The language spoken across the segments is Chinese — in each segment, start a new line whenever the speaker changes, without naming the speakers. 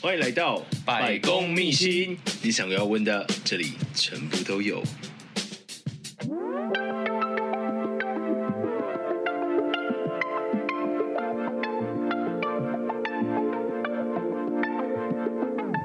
欢迎来到
百公秘辛，
你想要问的，这里全部都有。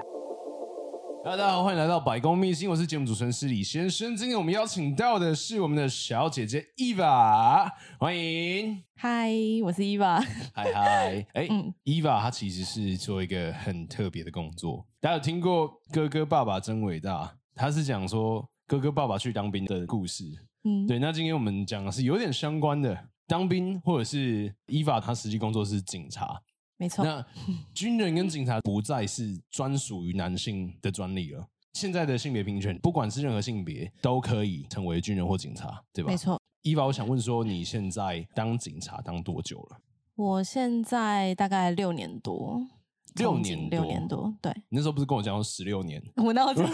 Hello，大家好，欢迎来到百公秘辛，我是节目主持人是李先生。今天我们邀请到的是我们的小姐姐 Eva，欢迎。
嗨，我是伊娃。
嗨嗨，哎
嗯
，Eva 她其实是做一个很特别的工作。大家有听过《哥哥爸爸真伟大》？他是讲说哥哥爸爸去当兵的故事。
嗯，
对，那今天我们讲的是有点相关的，当兵或者是 Eva 她实际工作是警察。
没错。
那军人跟警察不再是专属于男性的专利了。现在的性别平权，不管是任何性别，都可以成为军人或警察，对吧？
没。错，
伊娃，我想问说，你现在当警察当多久了？
我现在大概六年多，
六
从
年
警
多
六年多。对，
你那时候不是跟我讲说十六年？
我那我真是六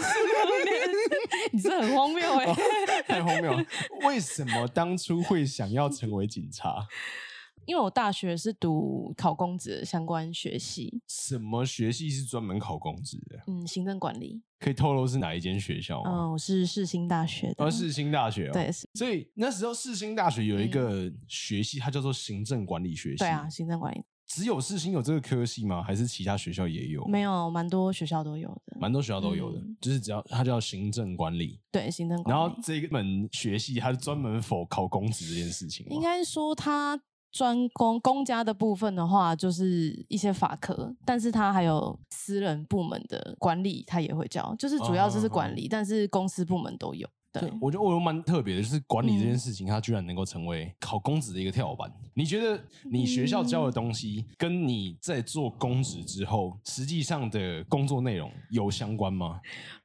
年， 你这很荒谬哎、
哦 太荒谬了！为什么当初会想要成为警察？
因为我大学是读考公职相关学系，
什么学系是专门考公职的？
嗯，行政管理，
可以透露是哪一间学校吗？
嗯，我是世新大学的，
哦，世新大学哦。
嗯对，是，
所以那时候世新大学有一个学系，它叫做行政管理学系。
对啊，行政管理
只有世新有这个科系吗？还是其他学校也有？
没，有蛮多学校都有的，
蛮多学校都有的，
嗯
就是只要它叫行政管理，
对，行政管
然
理，
后这一门学系它是专门否考公职这件事情吗。
应该说他专攻公家的部分的话，就是一些法科，但是他还有私人部门的管理，他也会教，就是主要就是管理，但是公司部门都有。对，
对，我觉得我蛮特别的，就是管理这
嗯
件事情，它居然能够成为考公职的一个跳板。你觉得你
嗯
学校教的东西，跟你在做公职之后，实际上的工作内容有相关吗？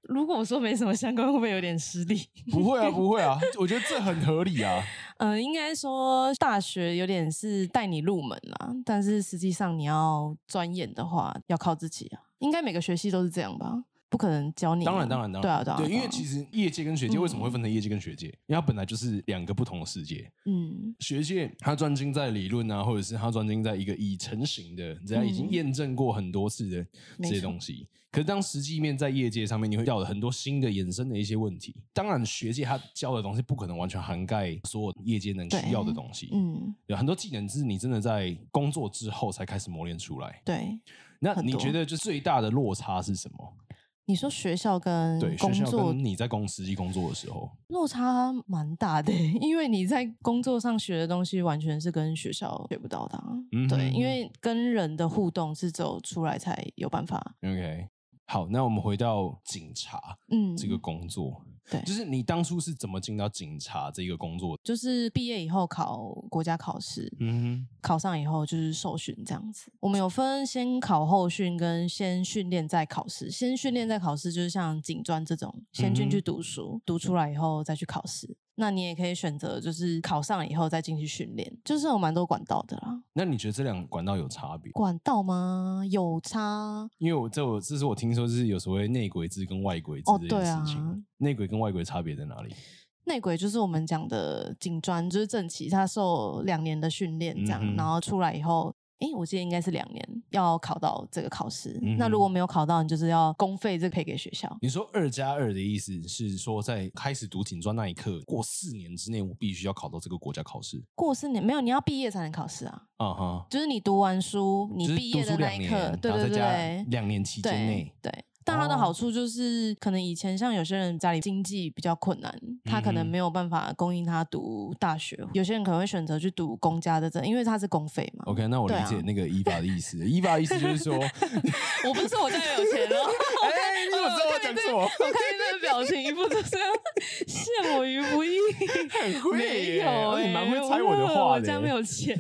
如果我说没什么相关，会不会有点失 礼？
不会啊，不会啊，我觉得这很合理啊。
嗯，应该说大学有点是带你入门啦，但是实际上你要钻研的话，要靠自己啊。应该每个学系都是这样吧？不可能教你。
当然，当然，当然，
对啊，对啊。嗯
对，因为
啊
其实业界跟学界为什么会分成业界跟学界？因为它本来就是两个不同的世界。
嗯，
学界它专精在理论啊，或者是它专精在一个已成型的，人家已经
嗯
验证过很多次的这
没
些
错
东西。可是当实际面在业界上面，你会遇到的很多新的衍生的一些问题。当然，学界它教的东西不可能完全涵盖所有业界能需要的东西。
嗯，
有很多技能是你真的在工作之后才开始磨练出来。
对。
那
很
你
多
觉得就最大的落差是什么？
你说学校跟
对，
嗯工
学校
作
跟你在公司工作的时候，
落差蛮大的 欸，因为你在工作上学的东西完全是跟学校学不到的、啊。
嗯
对，
哼
因为跟人的互动是走出来才有办法。
OK，好，那我们回到警察
嗯，
这个工作，
对
就是你当初是怎么进到警察这个工作的？
就是毕业以后考国家考试，
嗯
考上以后就是受训这样子。我们有分先考后训跟先训练再考试，先训练再考试就是像警专这种，先进
嗯
去
哼
读书，读出来以后再去考试。那你也可以选择，就是考上以后再进去训练，就是有蛮多管道的啦。
哼，那你觉得这两个管道有差别？
管道吗？有差，
因为我这我这是我听说就是有所谓内鬼制跟外鬼制
哦
这件
对
事
啊
情，内鬼跟外鬼差别在哪里？
内鬼就是我们讲的警专，就是正旗，他受两年的训练这样，
嗯哼
然后出来以后，诶，我记得应该是两年要考到这个考试。那
嗯
如
哼
果没有考到，你就是要公费这赔给学校。
你说二加二的意思是说，在开始读警专那一刻，过四年之内我必须要考到这个国家考试。
过四年没有，你要毕业才能考试啊。
啊哈，
就是你读完书，你
就是
毕业
读书
的那
两
一
年，
刻，对
然后
对
再加
对，
两年期间内
对，对。但它的
哦
好处就是，可能以前像有些人家里经济比较困难，他可
嗯
能
哼
没有办法供应他读大学，有些人可能会选择去读公家的证，因为它是公费嘛。
OK，那我理
对啊
解那个伊法的意思。伊法的意思就是 说，
我不是我家里有钱哦。
哎、你怎么知道我讲错？
我看你这个表情，一副就是 要陷我于不 义。
很会
没
耶
有、欸，
啊哦你蛮会猜我的话
我
的欸
家
耶。
没 有钱。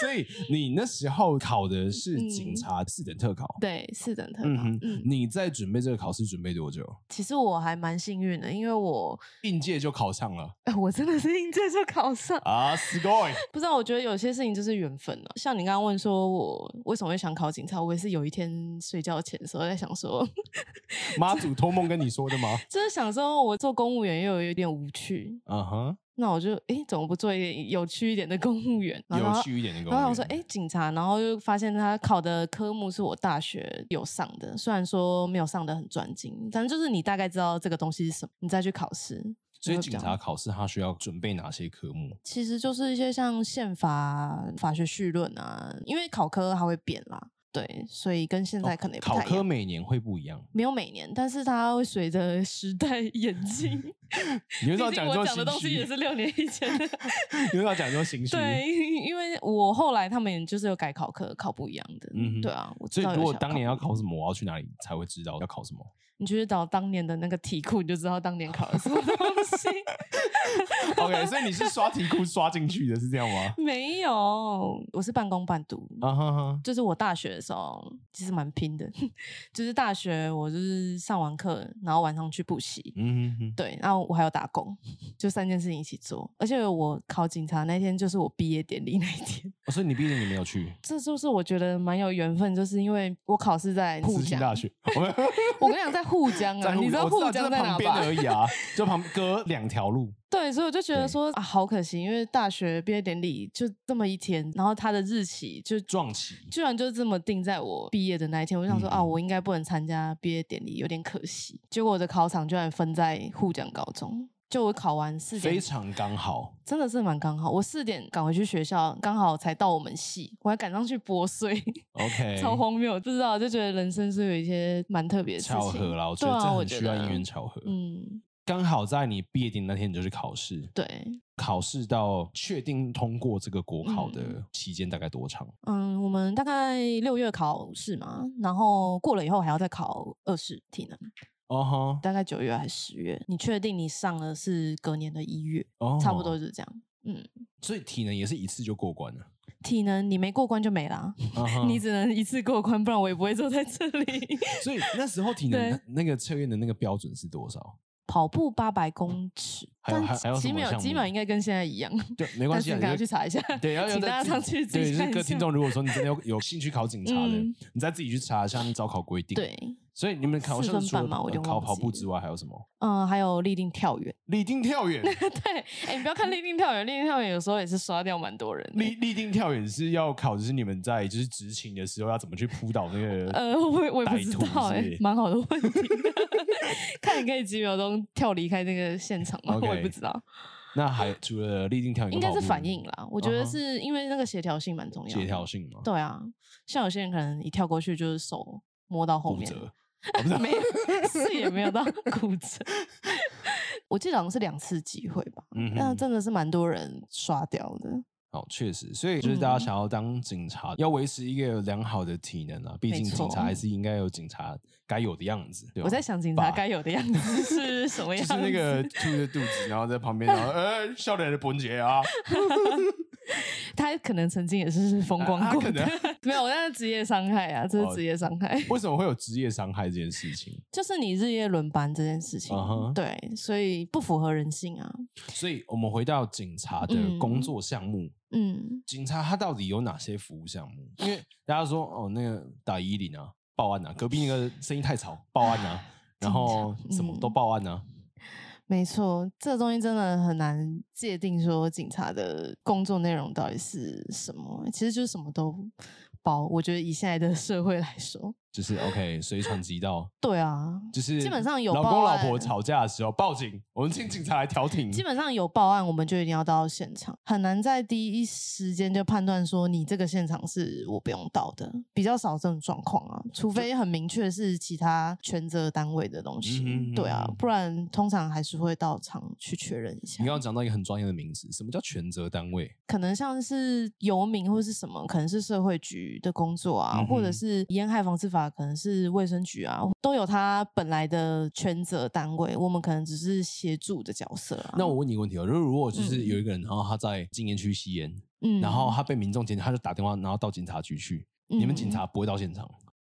所以你那时候考的是警察四等特考，
嗯对，是的，特
嗯
嗯
哼，你在准备这个考试准备多久？
其实我还蛮幸运的，因为我、
应届就考上了
哎我真的是应届就考上。
啊，すごい！
不知道，我觉得有些事情就是缘分了、像你刚刚问说我为什么会想考警察，我也是有一天睡觉前的时候在想说，
妈祖托梦跟你说的吗？
就是想说我做公务员又有一点无趣，
嗯哼，
那我就诶，怎么不做一点有趣一点的公务员？然后
有
他
趣一点的公务
然
员。
后我说，哎、警察，然后就发现他考的科目是我大学有上的，虽然说没有上的很专精，但就是你大概知道这个东西是什么，你再去考试。
所以
会比
警
较
察考试他需要准备哪些科目？
其实就是一些像宪法、法学绪论啊，因为考科还会变啦，对，所以跟现在可能也不
哦考
太一
科
样。
每年会不一样。
没有每年，但是它会随着时 代演进。
你又
毕竟
要
我
讲说
讲的
心
东西也
虚，
是六年以 前的，
又要讲说心虚。
对，因为我后来他们就是有改考科，考不一样的。
嗯哼
对啊，我
所
知
以
道有
如果
小
当年
不
要
一样
考什么，我要去哪里才会知道要考什 么？
你去找当年的那个题库，你就知道当年考了什么东西。
OK，所以你是刷题库刷进去的，是这样吗？
没有，我是半工半读。
啊哈哈，
就是我大学的时候，其实蛮拼的。 就是大学我就是上完课，然后晚上去补习，
嗯哼哼，
对，然后我还有打工，就三件事情一起做。而且我考警察那天就是我毕业典礼那一天，
哦所以你毕业你没有去
这就是我觉得蛮有缘分，就是因为我考试在
复
沪
兴
江，
大学， 我们
我跟你讲在沪江啊，
在沪
你知
江，
道
我知
沪
道
江
就
在
在
哪
旁边
吧？
而已 啊，就旁隔两条路。
对，所以我就觉得
对
说啊，好可惜，因为大学毕业典礼就这么一天，然后他的日期就
撞期
居然就这么定在我毕业的那一天。我就想说、啊，
嗯嗯
我应该不能参加毕业典礼，有点可惜。结果我的考场居然分在沪江高中，就我考完四点
非，常刚好，
真的是蛮刚好。我四点赶回去学校，刚好才到我们系，我还赶上去拨穗，
OK，
超荒谬，不知道就觉得人生是有一些蛮特别的事情。
巧合啦，我觉
对
得
啊
这
我
很
觉
需要
得
因缘巧合。
嗯，
刚好在你毕业典礼那天，你就去考试，
对。
考试到确定通过这个国考的
嗯
期间大概多长？
嗯，我们大概六月考试嘛，然后过了以后还要再考二试体能，
哦哈，
大概九月还是十月。你确定你上的是隔年的一月，
哦，
差不多就是这样。嗯，
所以体能也是一次就过关了。
体能你没过关就没啦，
啊哈
你只能一次过关，不然我也不会坐在这里。
所以那时候体能
对
那那个测验的那个标准是多少？
跑步八百公尺，
还有
但
还还有什
几
么
秒
项
几
目
秒应该跟现在一样，
对，没关
但
系
是
啊，
你赶快
就
去查一下。
对，要要
请
再
大家
自
上
己
去自
对，
己
就是
看
各
一
听
下
众，如果说你真的有有兴趣考警察的
嗯，
你再自己去查一下那招考规定。，
对，
所以你们考
四
像
分
是除了
半嘛我有
呃
点
考
忘
跑
记
步
了
之外还有什 么？
嗯，还有立定跳 远。
立定跳远，
对，哎、你不要看立定跳远，立定跳远有时候也是刷掉蛮多人的。
立立定跳远是要考，就是你们在就是执勤的时候要怎么去扑倒那个
呃，我也我也不
歹
知
徒
道
之
哎、
类的
蛮好的 问题。看你可以几秒钟跳离开那个现场吗
OK
我也不知道，
那还除了立定跳远
应
跟
该
跑步，
是反应啦。我觉得
嗯哼
是因为那个协调性蛮重要的。
协调性嘛，
对啊，像有些人可能一跳过去就是手摸到后
骨
面，
折，哦不是
没有是也没有到骨折。 我记得好像是两次机会吧，
嗯啊
那
哼
真的是蛮多人刷掉的。
好，确实，所以就是大家
嗯
想要当警察，要维持一个有良好的体能啊，毕
没
竟警察还
错
是应该有警察该有的样子。对吧
我在想警察
吧
该有的样子是 什么
就是
样子？
那个吐着肚子，然后在旁边，然后哎，笑脸的本姐 啊，
他可能曾经也是风光
啊
过
可
的，没有，那是职业伤害啊，这
哦
是职业伤害，
为什么会有职业伤害这件事情？
就是你日夜轮班这件事情
啊哈
对，所以不符合人性啊，
所以我们回到警察的工作项目。
嗯，
警察他到底有哪些服务项目？因为大家说哦，那个打一零啊，报案啊，隔壁那个声音太吵，报案啊，然后
警察
什么
嗯
都报案啊，
没错，这东西真的很难界定说警察的工作内容到底是什么，其实就是什么都包，我觉得以现在的社会来说，
就是 OK，随传即到。
对啊，
就是
基本上有
老
报
公老
案
婆吵架的时候报警，我们请警察来调停。
基本上有报案，我们就一定要到现场，很难在第一时间就判断说你这个现场是我不用到的，比较少这种状况啊，除非很明确是其他权责单位的东西，
嗯嗯嗯
对啊
嗯，
不然通常还是会到场去确认一下
你刚。刚讲到一个很专业的名词，什么叫权责单位？
可能像是游民或是什么，可能是社会局的工作啊，
嗯哼
或者是烟害防治法，可能是卫生局啊，都有他本来的权责单位，我们可能只是协助的角色啊。
那我问你一个问题哦，如果如果就是
嗯
有一个人，然后他在禁烟区吸烟，
嗯
然后他被民众检举，他就打电话，然后到警察局去，你们警
嗯
察不会到现场，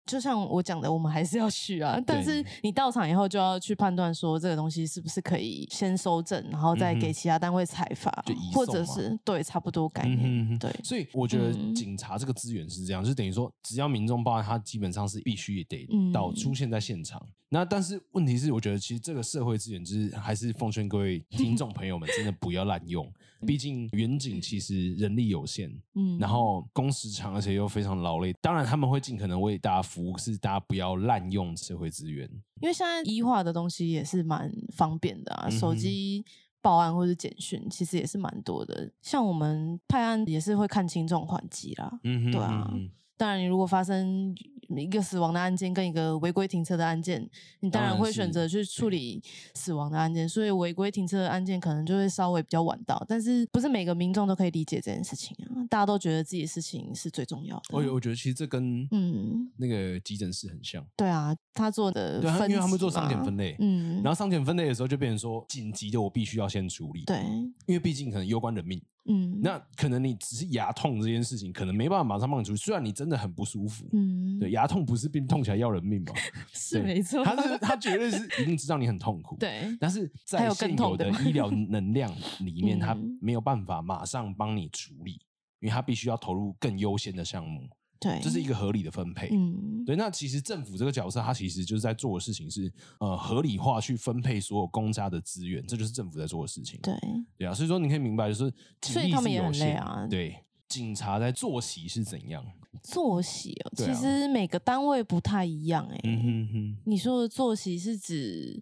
就像我讲的，我们还是要去啊，但是
对
你到场以后就要去判断说这个东西是不是可以先收证，然后再
嗯哼
给其他单位采罚，
就移送
或者
嘛
是对差不多概
嗯哼嗯
念，
哼
对，
所以我觉得
嗯
警察这个资源是这样，就是等于说，只要民众报案，他基本上是必须也得
嗯
到出现在现场。那但是问题是，我觉得其实这个社会资源，就是还是奉劝各位听众朋友们，真的不要滥 用。毕竟远景其实人力有限，
嗯，
然后工时长，而且又非常劳累。当然他们会尽可能为大家服务，是大家不要滥用社会资源。
因为现在医化的东西也是蛮方便的啊，手
嗯哼
机报案或者简讯其实也是蛮多的。像我们派案也是会看轻重缓急啦。
嗯哼
对啊
嗯哼
当然，你如果发生一个死亡的案件跟一个违规停车的案件，你当
当
然
然
会选
是
择去处理死亡的案件，所以违规停车的案件可能就会稍微比较晚到。但是不是每个民众都可以理解这件事情啊？大家都觉得自己的事情是最重要的。
哦我有我觉得其实这跟
嗯，
那个急诊室很像。
对啊，他做的
对啊，
分
因为他们
级
做伤检
嘛
分类，
嗯，
然后伤检分类的时候就变成说，紧急的我必须要先处理，
对，，
因为毕竟可能攸关人命。
嗯，
那可能你只是牙痛这件事情，可能没办法马上帮你处理，虽然你真的很不舒服。
嗯，
对，牙痛不是病，痛起来要人 命嘛？
是
对
没错，
他是他绝对是一定知道你很痛苦，。
对，
但是
还
在
有
现
更痛
有
的
的
吗
医疗能量里 面，他
嗯
没有办法马上帮你处理，因为他必须要投入更优先的项目，
对，
这是一个合理的分配。
嗯，
对，那其实政府这个角色，它其实就是在做的事情是，呃，合理化去分配所有公家的资源，这就是政府在做的事情。
对，
对啊，所以说你可以明白，就是
所
警
以
力
他
是
们也
有
很累
限，
啊
对，警察在作息是怎样？
作息哦，
对
其
啊
实每个单位不太一样哎、
嗯哼哼，
你说的作息是指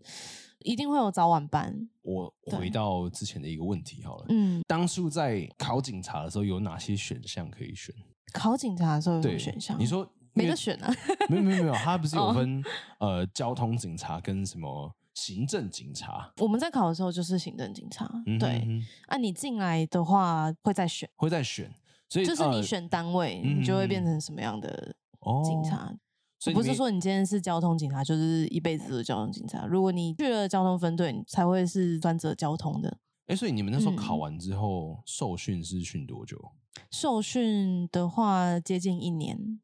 一定会有早晚班，
我
对
回到之前的一个问题好了，
嗯，
当初在考警察的时候，有哪些选项可以选？
考警察的时候有什
对，
么选项？
你说因
没
为
得选啊？
没有没有没有，它不是
哦
有分、呃交通警察跟什么行政警察？
我们在考的时候就是行政警察，
嗯哼
对，
哼
啊，你进来的话会再选，
会再选，所以
就是你
呃
选单位，你就会变
嗯
成什么样的
哦
警察，
所以
不
你
是
没
说你今天是交通警察，就是一辈子都是交通警察。如果你去了交通分队，你才会是专责交通的。
哎、所以你们那时候
嗯
考完之后、受训是训多久？
受训的话，接近一年。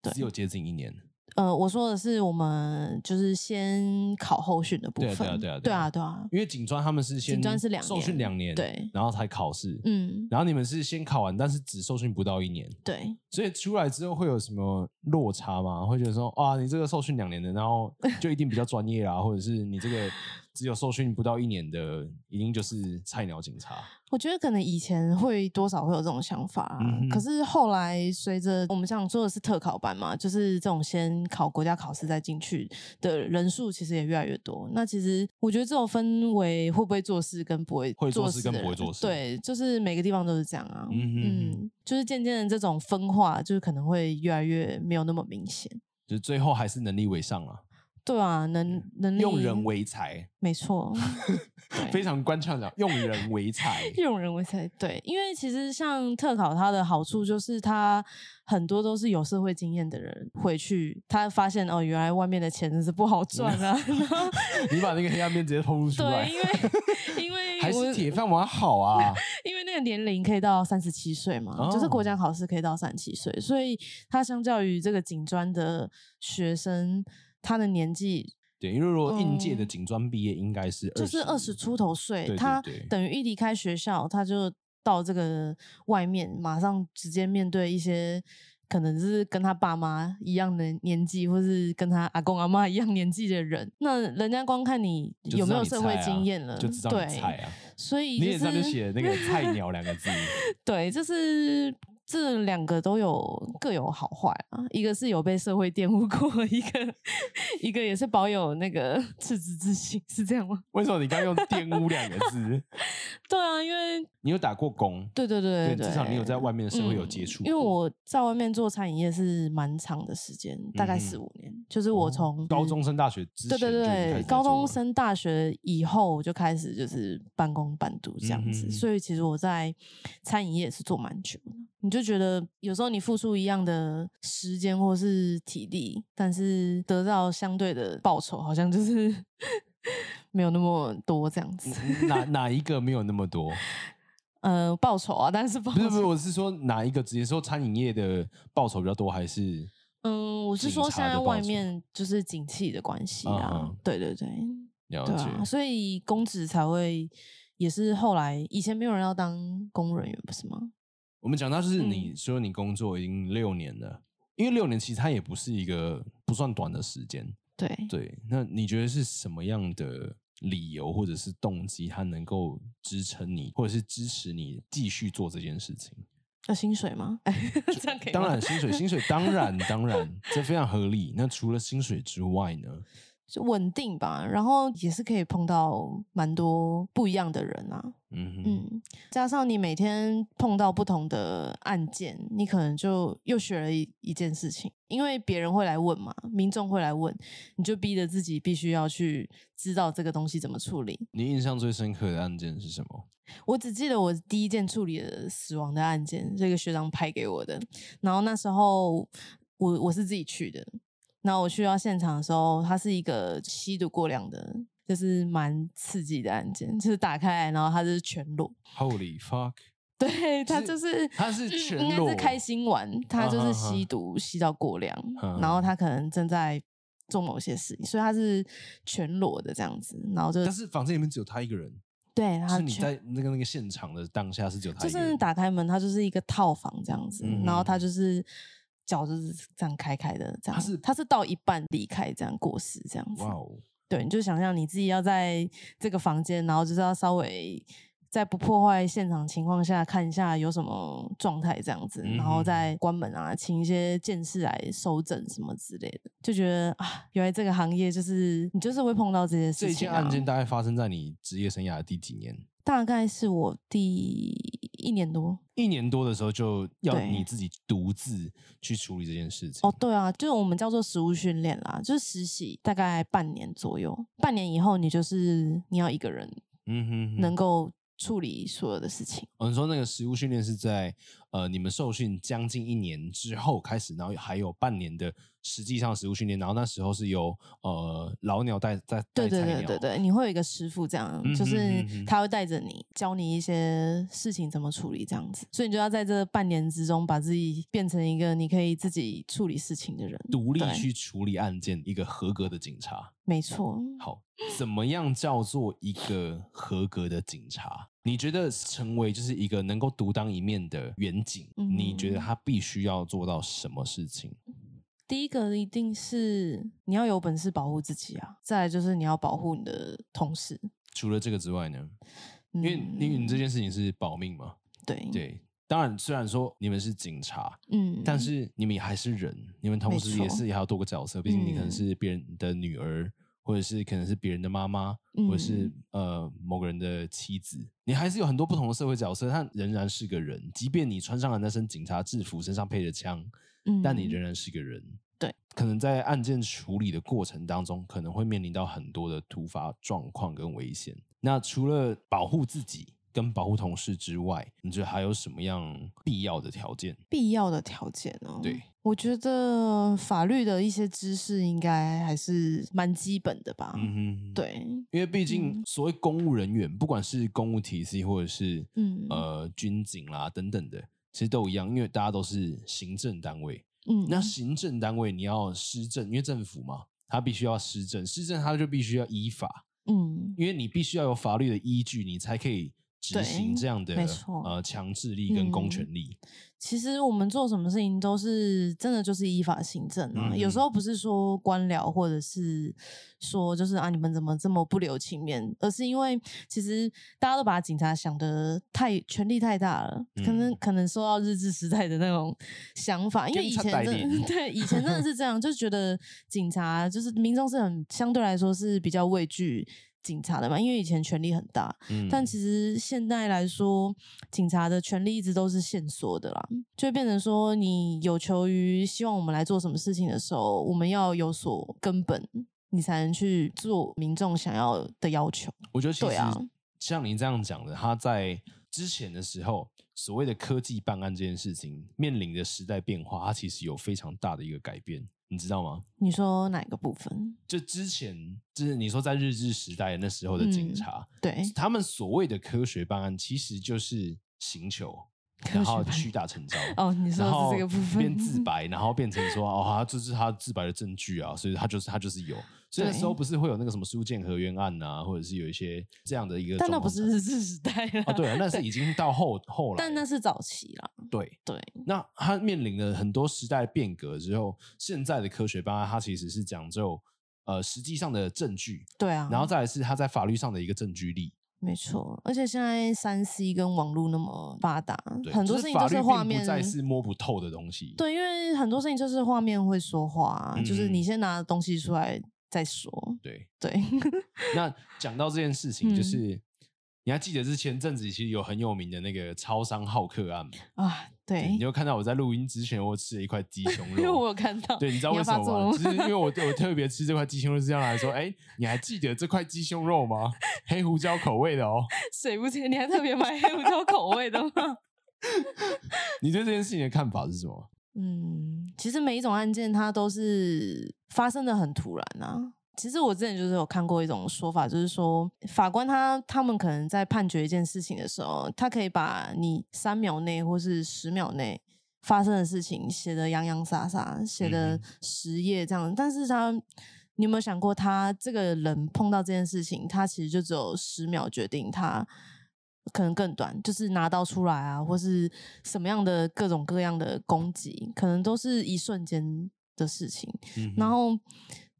对
只有接近一年。
呃，我说的是我们就是先考后训的部
对啊
分。
对啊对啊
对
对
啊，
啊
对啊。
因为警专他们是先
警专是两
受训
年
两年，
对
然后才考试，
嗯，
然后你们是先考完，但是只受训不到一年，
对，
所以出来之后会有什么落差吗？会觉得说啊，你这个受训两年的，然后就一定比较专业啊啦，或者是你这个只有受训不到一年的，一定就是菜鸟警察？
我觉得可能以前会多少会有这种想法啊、
嗯哼
可是后来随着我们想说的是特考班嘛，就是这种先考国家考试再进去的人数，其实也越来越多。那其实我觉得这种氛围会不会做事跟不会
会做
事
事跟
的
不会
人
做事
对，就是每个地方都是这样啊。
嗯哼
嗯
哼
就是渐渐的这种分化，就是可能会越来越没有那么明显。
就是最后还是能力为上啦，
对啊，能能
嗯
力
用人为才，
没错，对。
非常官腔的用人为才
用人为才对，因为其实像特考，它的好处就是它很多都是有社会经验的人回去，他发现哦，原来外面的钱是不 好
嗯
赚啊。然后
你把那个黑暗面直接透露出来
对，，因为因为
还是
我
铁饭碗好啊。
因为那个年龄可以到三十七岁嘛，就是国
哦
家考试可以到三十七岁，所以他相较于这个警专的学生，他的年纪
对，因为如果应届的
嗯
警专毕业应该是
就是二十出头岁，
对对
他
对
等于一离开学校，他就到这个外面，马上直接面对一些可能是跟他爸妈一样的年纪，或是跟他阿公阿妈一样年纪的人。那人家光看你
就知
有没
道
有
你
社会
菜啊
经验了，
就知道你菜
对，
啊。
所以
你脸上就写那个“菜
鸟。
鸟”两个 字，
对，就是这两个都有各有好坏啊，一个是有被社会玷污过， 一个一个也是保有那个赤子之心，是这样吗？
为什么你刚用“玷污”两个字？
对啊，因为
你有打过工？
对对对
对，
对，
至少你有在外面的社会有接
嗯
触过。
因为我在外面做餐饮业是蛮长的时间，大概
嗯哼
四五年，就是我
哦
从
高中升大学之
对
前
对
就已经开
对
始，在
高
做
中
了
升大学以后我就开始就是半工半读这样子，
嗯哼
所以其实我在餐饮业也是做蛮久的。你就觉得有时候你付出一样的时间或是体力，但是得到相对的报酬，好像就是 没有那么多这样子。
哪哪一个没有那么 多？
呃，报酬啊，但是报
不是不是，
酬，
我是说哪一个职业？说餐饮业的报酬比较多，还是
嗯，我是
警
说
察
现在
的
外
报酬
面就是景气的关系
嗯
啊
嗯，
对对对，
了
对
解？
啊，所以公职才会也是后来以前没有人要当公务人员，不是吗？
我们讲到就是你
嗯
说你工作已经六年了，因为六年其实它也不是一个不算短的时间，
对，
对，那你觉得是什么样的理由或者是动机，它能够支撑你，或者是支持你继续做这件事情？
要薪水吗？ 这样可以吗
当然，薪水，薪水，当然，当然，这非常合理。那除了薪水之外呢？
就稳定吧，然后也是可以碰到蛮多不一样的人啊。
嗯哼，
嗯，加上你每天碰到不同的案件，你可能就又学了一一件事情，因为别人会来问嘛，民众会来问，你就逼着自己必须要去知道这个东西怎么处理。
你印象最深刻的案件是什么？
我只记得我第一件处理的死亡的案件，这个学长拍给我的。然后那时候我我是自己去的，然后我去到现场的时候，他是一个吸毒过量的，就是蛮刺激的案件，就是打开来，然后他就是全裸，
Holy fuck！
对他
是
就是
他是
嗯
全
应该
裸
是开心丸，他就
啊哈
是
哈
吸毒吸到过量，
嗯
然后他可能正在。做某些事情，所以他是全裸的这样子，然后就
但是房间里面只有他一个人，
对他
是你
全
在那个那个现场的当下是只有他
就
一个人
是打开门，它就是一个套房这样子，然后它
嗯
就是脚就是这样开开的，这
它
样
是
它是到一半离开这样过世这样子。
哇哦，
对，你就想象你自己要在这个房间，然后就是要稍微在不破坏现场情况下看一下有什么状态这样子，然
嗯
后
哼
再关门啊，请一些监视来收整什么之类的，就觉得啊，原来这个行业就是你就是会碰到这些
这
事
一
情、
件
啊。
案件大概发生在你职业生涯的第几年？
大概是我第一年多。
一年多的时候就要
对
你自己独自去处理这件事情。
哦，对啊，就是我们叫做实务训练啦，就是实习大概半年左右，半年以后你就是你要一个人
嗯哼哼
能够处理所有的事情。
哦，你说那个实务训练是在呃你们受训将近一年之后开始，然后还有半年的实际上实务训练，然后那时候是由呃老鸟带带带
对对
菜
对
鸟
对对，你会有一个师傅这样，
嗯
就
哼
是
嗯哼
他会带着你，教你一些事情怎么处理这样子，所以你就要在这半年之中把自己变成一个你可以自己处理事情的人。
独立
对
去处理案件，一个合格的警察。
没错，
好，怎么样叫做一个合格的警察？你觉得成为就是一个能够独当一面的远警，你觉得
嗯
他必须要做到什么事情？
第一个一定是你要有本事保护自己啊，再来就是你要保护你的同事。
除了这个之外呢？因为因为你这
嗯
件事情是保命嘛，
对，
对。当然，虽然说你们是警察，
嗯，
但是你们也还是人，你们同
没
时也
错
是也还有多个角色，毕竟你可能
嗯
是别人的女儿，或者是可能是别人的妈妈，
嗯
或者是呃某个人的妻子，你还是有很多不同的社会角色，但仍然是个人。即便你穿上了那身警察制服，身上配着枪，
嗯
但你仍然是个人。
对，
可能在案件处理的过程当中，可能会面临到很多的突发状况跟危险。那除了保护自己跟保护同事之外，你觉得还有什么样必要的条件？
必要的条件哦。
对，
我觉得法律的一些知识应该还是蛮基本的吧。
嗯哼，。
哦对，
因为毕竟
嗯
所谓公务人员，不管是公务体系或者是
嗯
呃军警啦等等的，其实都一样，因为大家都是行政单位。
嗯，
那行政单位你要施政，因为政府嘛，它必须要施政，施政它就必须要依法，
嗯
因为你必须要有法律的依据，你才可以执
对
行这样的
没错嗯
呃强制力跟公权力。
其实我们做什么事情都是真的就是依法行政啊，有时
嗯
候不是说官僚或者是说就是啊你们怎么这么不留情面，而是因为其实大家都把警察想的太权力太大了，可能
嗯
可能受到日治时代的那种想法，因为
警
以
察
前
代
真
理
的 对以前真的是这样，就觉得警察就是民众是很相对来说是比较畏惧。警察的嘛，因为以前权力很大，
嗯
但其实现在来说，警察的权利一直都是限缩的
嗯
啦，就会变成说，你有求于希望我们来做什么事情的时候，我们要有所根本，你才能去做民众想要的要求。
我觉得其
对
实
啊
像你这样讲的，他在之前的时候，所谓的科技办案这件事情面临的时代变化，它其实有非常大的一个改变，你知道吗？
你说哪个部分？
就之前就是你说在日治时代那时候的警
嗯
察，
对，
他们所谓的科学办案其实就是行求，
科
然
学
后
办
屈打成招。
哦你说的是
然后
这个部分
变自白，然后变成说哦，他这是他自白的证据啊，所以他就是他就是有。所以那时候
对
不是会有那个什么书剑合冤案啊，或者是有一些这样的一个状况产
但
生。
那不是日治时代了
啊，对啊，那是已经到后后来了，
但那是早期啦，
对
对，
那它面临了很多时代的变革之后，现在的科学办案它其实是讲究呃实际上的证据，
对啊，
然后再来是他在法律上的一个证据力。
没错，而且现在三 C 跟网络那么发达
对，
很多
就
事情
法
都
律并
画面
不再是摸不透的东西。
对，因为很多事情就是画面会说话啊、就是
嗯
你先拿东西出来再说。
对，
对，
那讲到这件事情，就
嗯
是、你还记得之前阵子其实有很有名的那个超商好客案吗？
啊，
对你
对，
就看到我在录音之前，我吃了一块鸡胸
因为我
肉。
有看到，
对，你知道
你
为
要
什
发作
么
了
吗？
吗
就是因为我我特别吃这块鸡胸肉是这样来说，哎，你还记得这块鸡胸肉吗？黑胡椒口味的哦。
水不清，你还特别买黑胡椒口味的吗？
你对这件事情的看法是什么？
嗯，其实每一种案件它都是发生的很突然啊。其实我之前就是有看过一种说法，就是说法官他他们可能在判决一件事情的时候，他可以把你三秒内或是十秒内发生的事情写得洋洋洒洒，写
嗯
得十页这样。但是他，你有没有想过，他这个人碰到这件事情，他其实就只有十秒决定他可能更短，就是拿刀出来啊，或是什么样的各种各样的攻击，可能都是一瞬间的事情。
嗯哼
然后，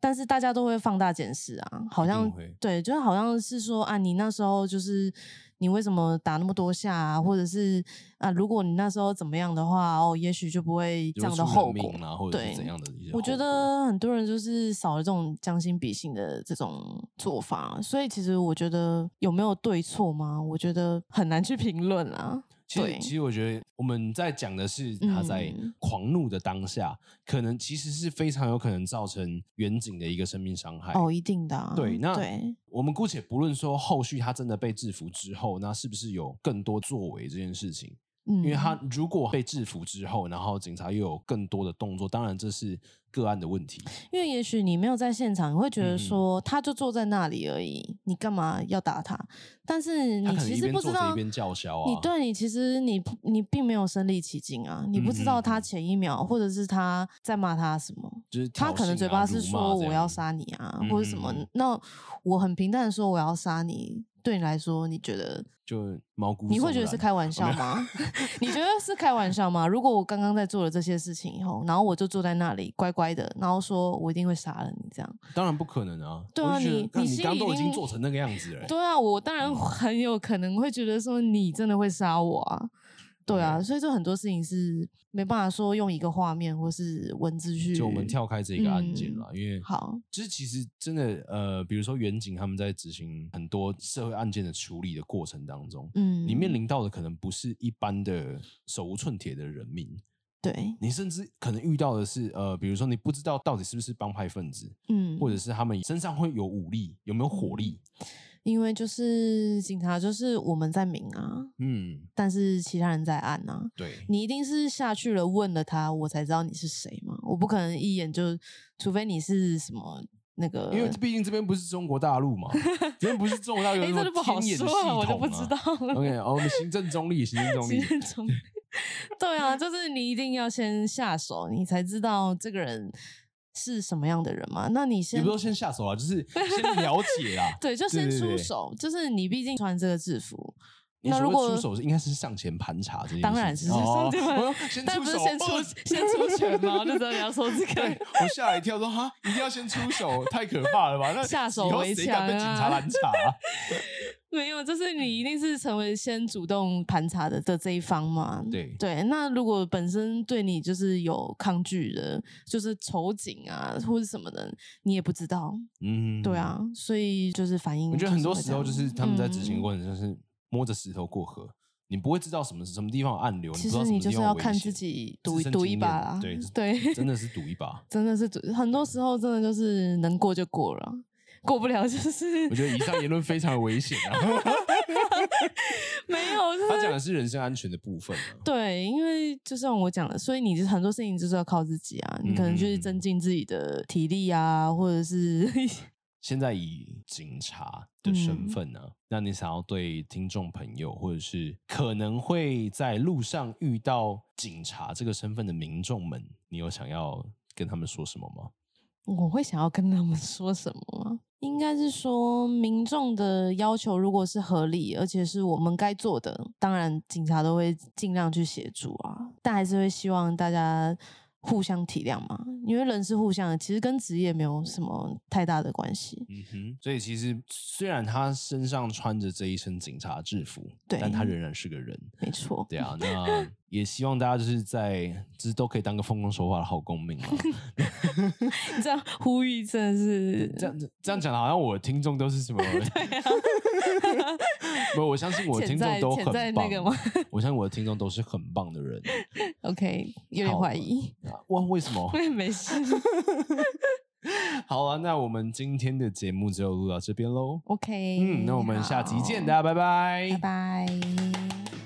但是大家都会放大检视啊，好
一定
像
会
对，就是好像是说啊，你那时候就是你为什么打那么多下啊，或者是啊，如果你那时候怎么样的话，哦，也许就不会这样的
流出人
后果
命。啊，或者是
对
怎样的一些后
我觉
果
得很多人就是少了这种将心比心的这种做法，所以其实我觉得有没有对错吗？我觉得很难去评论啊。
其实，
对
其实我觉得我们在讲的是他在
嗯
狂怒的当下，可能其实是非常有可能造成远景的一个生命伤害。
哦，一定的、啊。
对，那
对，
我们姑且不论说后续他真的被制服之后，那是不是有更多作为这件事情？
嗯，
因为他如果被制服之后，然后警察又有更多的动作，当然这是个案的问题。
因为也许你没有在现场，你会觉
嗯嗯
得说他就坐在那里而已，你干嘛要打他？但是
他
你
可能
其
一
实
边
不
坐
知
着一
道，
边叫嚣啊，
你对你其实你你并没有身临其境啊，你不
嗯
知
嗯
道
嗯
他前一秒或者是他在骂他什么。
就是
他
挑
可能
衅
嘴
啊
巴
辱
是
骂
说
这
我
样
要杀你啊，
嗯
或者什么
嗯嗯。
那我很平淡的说我要杀你，对你来说，你觉得
就毛骨悚然，啊
你会觉得是开玩笑吗？ 你觉得是开玩笑吗？如果我刚刚在做了这些事情以后，然后我就坐在那里乖乖的，然后说我一定会杀了你这样，
当然不可能啊！
对
我
啊
就觉得
你
干
你
你
心
刚
里
都已
一
经
定
做成那个样子了欸，
对啊，我当然很有可能会觉得说你真的会杀我啊，对啊，
对
所以这很多事情是没办法说用一个画面或是文字去。
就我们跳开这一个案件了，因为
嗯好，
就是其实真的呃，比如说远景他们在执行很多社会案件的处理的过程当中，
嗯，
你面临到的可能不是一般的手无寸铁的人民，
对，
你甚至可能遇到的是呃，比如说你不知道到底是不是帮派分子，
嗯，
或者是他们身上会有武力，有没有火力？
因为就是警察就是我们在明啊，
嗯，
但是其他人在暗啊。
对，
你一定是下去了问了他，我才知道你是谁嘛。我不可能一眼就，除非你是什么那个，
因为毕竟这边不是中国大陆嘛，这边不是中国大陆，
哎、
有什么
真的不好
天眼
说
系
啊，我就
统
不
啊
知道了。
OK，哦，我们行政中立，行政中立
其。实从对啊，就是你一定要先下手，你才知道这个人是什么样的人嘛。那你
也
先。
不是说先下手啊，就是先了解啦
对，就先
对对
出
对
手，就是你毕竟穿这个制服，
你
那
所
如
谓
果
出手是应该是上前盘查这件事情，
当然是
哦
上前盘
我要先
但
出
不是
手，
先出、
哦
先出啊拳吗？就知道你 要说这
对
个。
我吓了一跳，说哈，一定要先出手，太可怕了吧？那
下手
以后
为
谁敢被警
强
察
啊
拦查 啊？
没有，就是
嗯
你一定是成为先主动盘查的的这一方嘛。
对
对，那如果本身对你就是有抗拒的，就是仇警啊或者什么的，你也不知道。
嗯，
对。啊，所以就是反应。
我觉得很多时候就是他们在执行的
过。嗯
过程，就是摸着石头过河，你不会知道什么什么地方有暗流，
其
不知道
实
什么
你
地
就是
方
要
有危
看
险
自己赌一
自身
赌
经
一
验
把啦。
对
对，
真的是赌一把。
真的是赌，很多时候真的就是能过就过了，过不了就是
我觉得以上言论非常有危险啊！
没有。就
他
是
讲的是人身安全的部分啊。
对，因为就像我讲的，所以你很多事情就是要靠自己啊，你可能就是
嗯
增进自己的体力啊，或者是
现在以警察的身
嗯
份呢、那你想要对听众朋友，或者是可能会在路上遇到警察这个身份的民众们，你有想要跟他们说什么吗？
我会想要跟他们说什么吗？应该是说，民众的要求如果是合理，而且是我们该做的，当然警察都会尽量去协助啊，但还是会希望大家互相体谅嘛，因为人是互相的，其实跟职业没有什么太大的关系。
嗯哼，所以其实虽然他身上穿着这一身警察制服，
对
但他仍然是个人。
没错，
对啊，那也希望大家就是在就是都可以当个奉公守法的好公民啊。
你 这样呼吁真的是啊
这样这样讲，好像我的听众都是什 么？ 不，我相信我的听
潜
众都
在潜在
很
那
棒
个吗
我相信我的听众都是很棒的人。
？OK，有点
好
怀疑，
啊哇，为什么？
没 事。
好啊了，那我们今天的节目就录到这边喽。
OK，
嗯，那我们下集见，大
好
家拜拜，
拜。拜。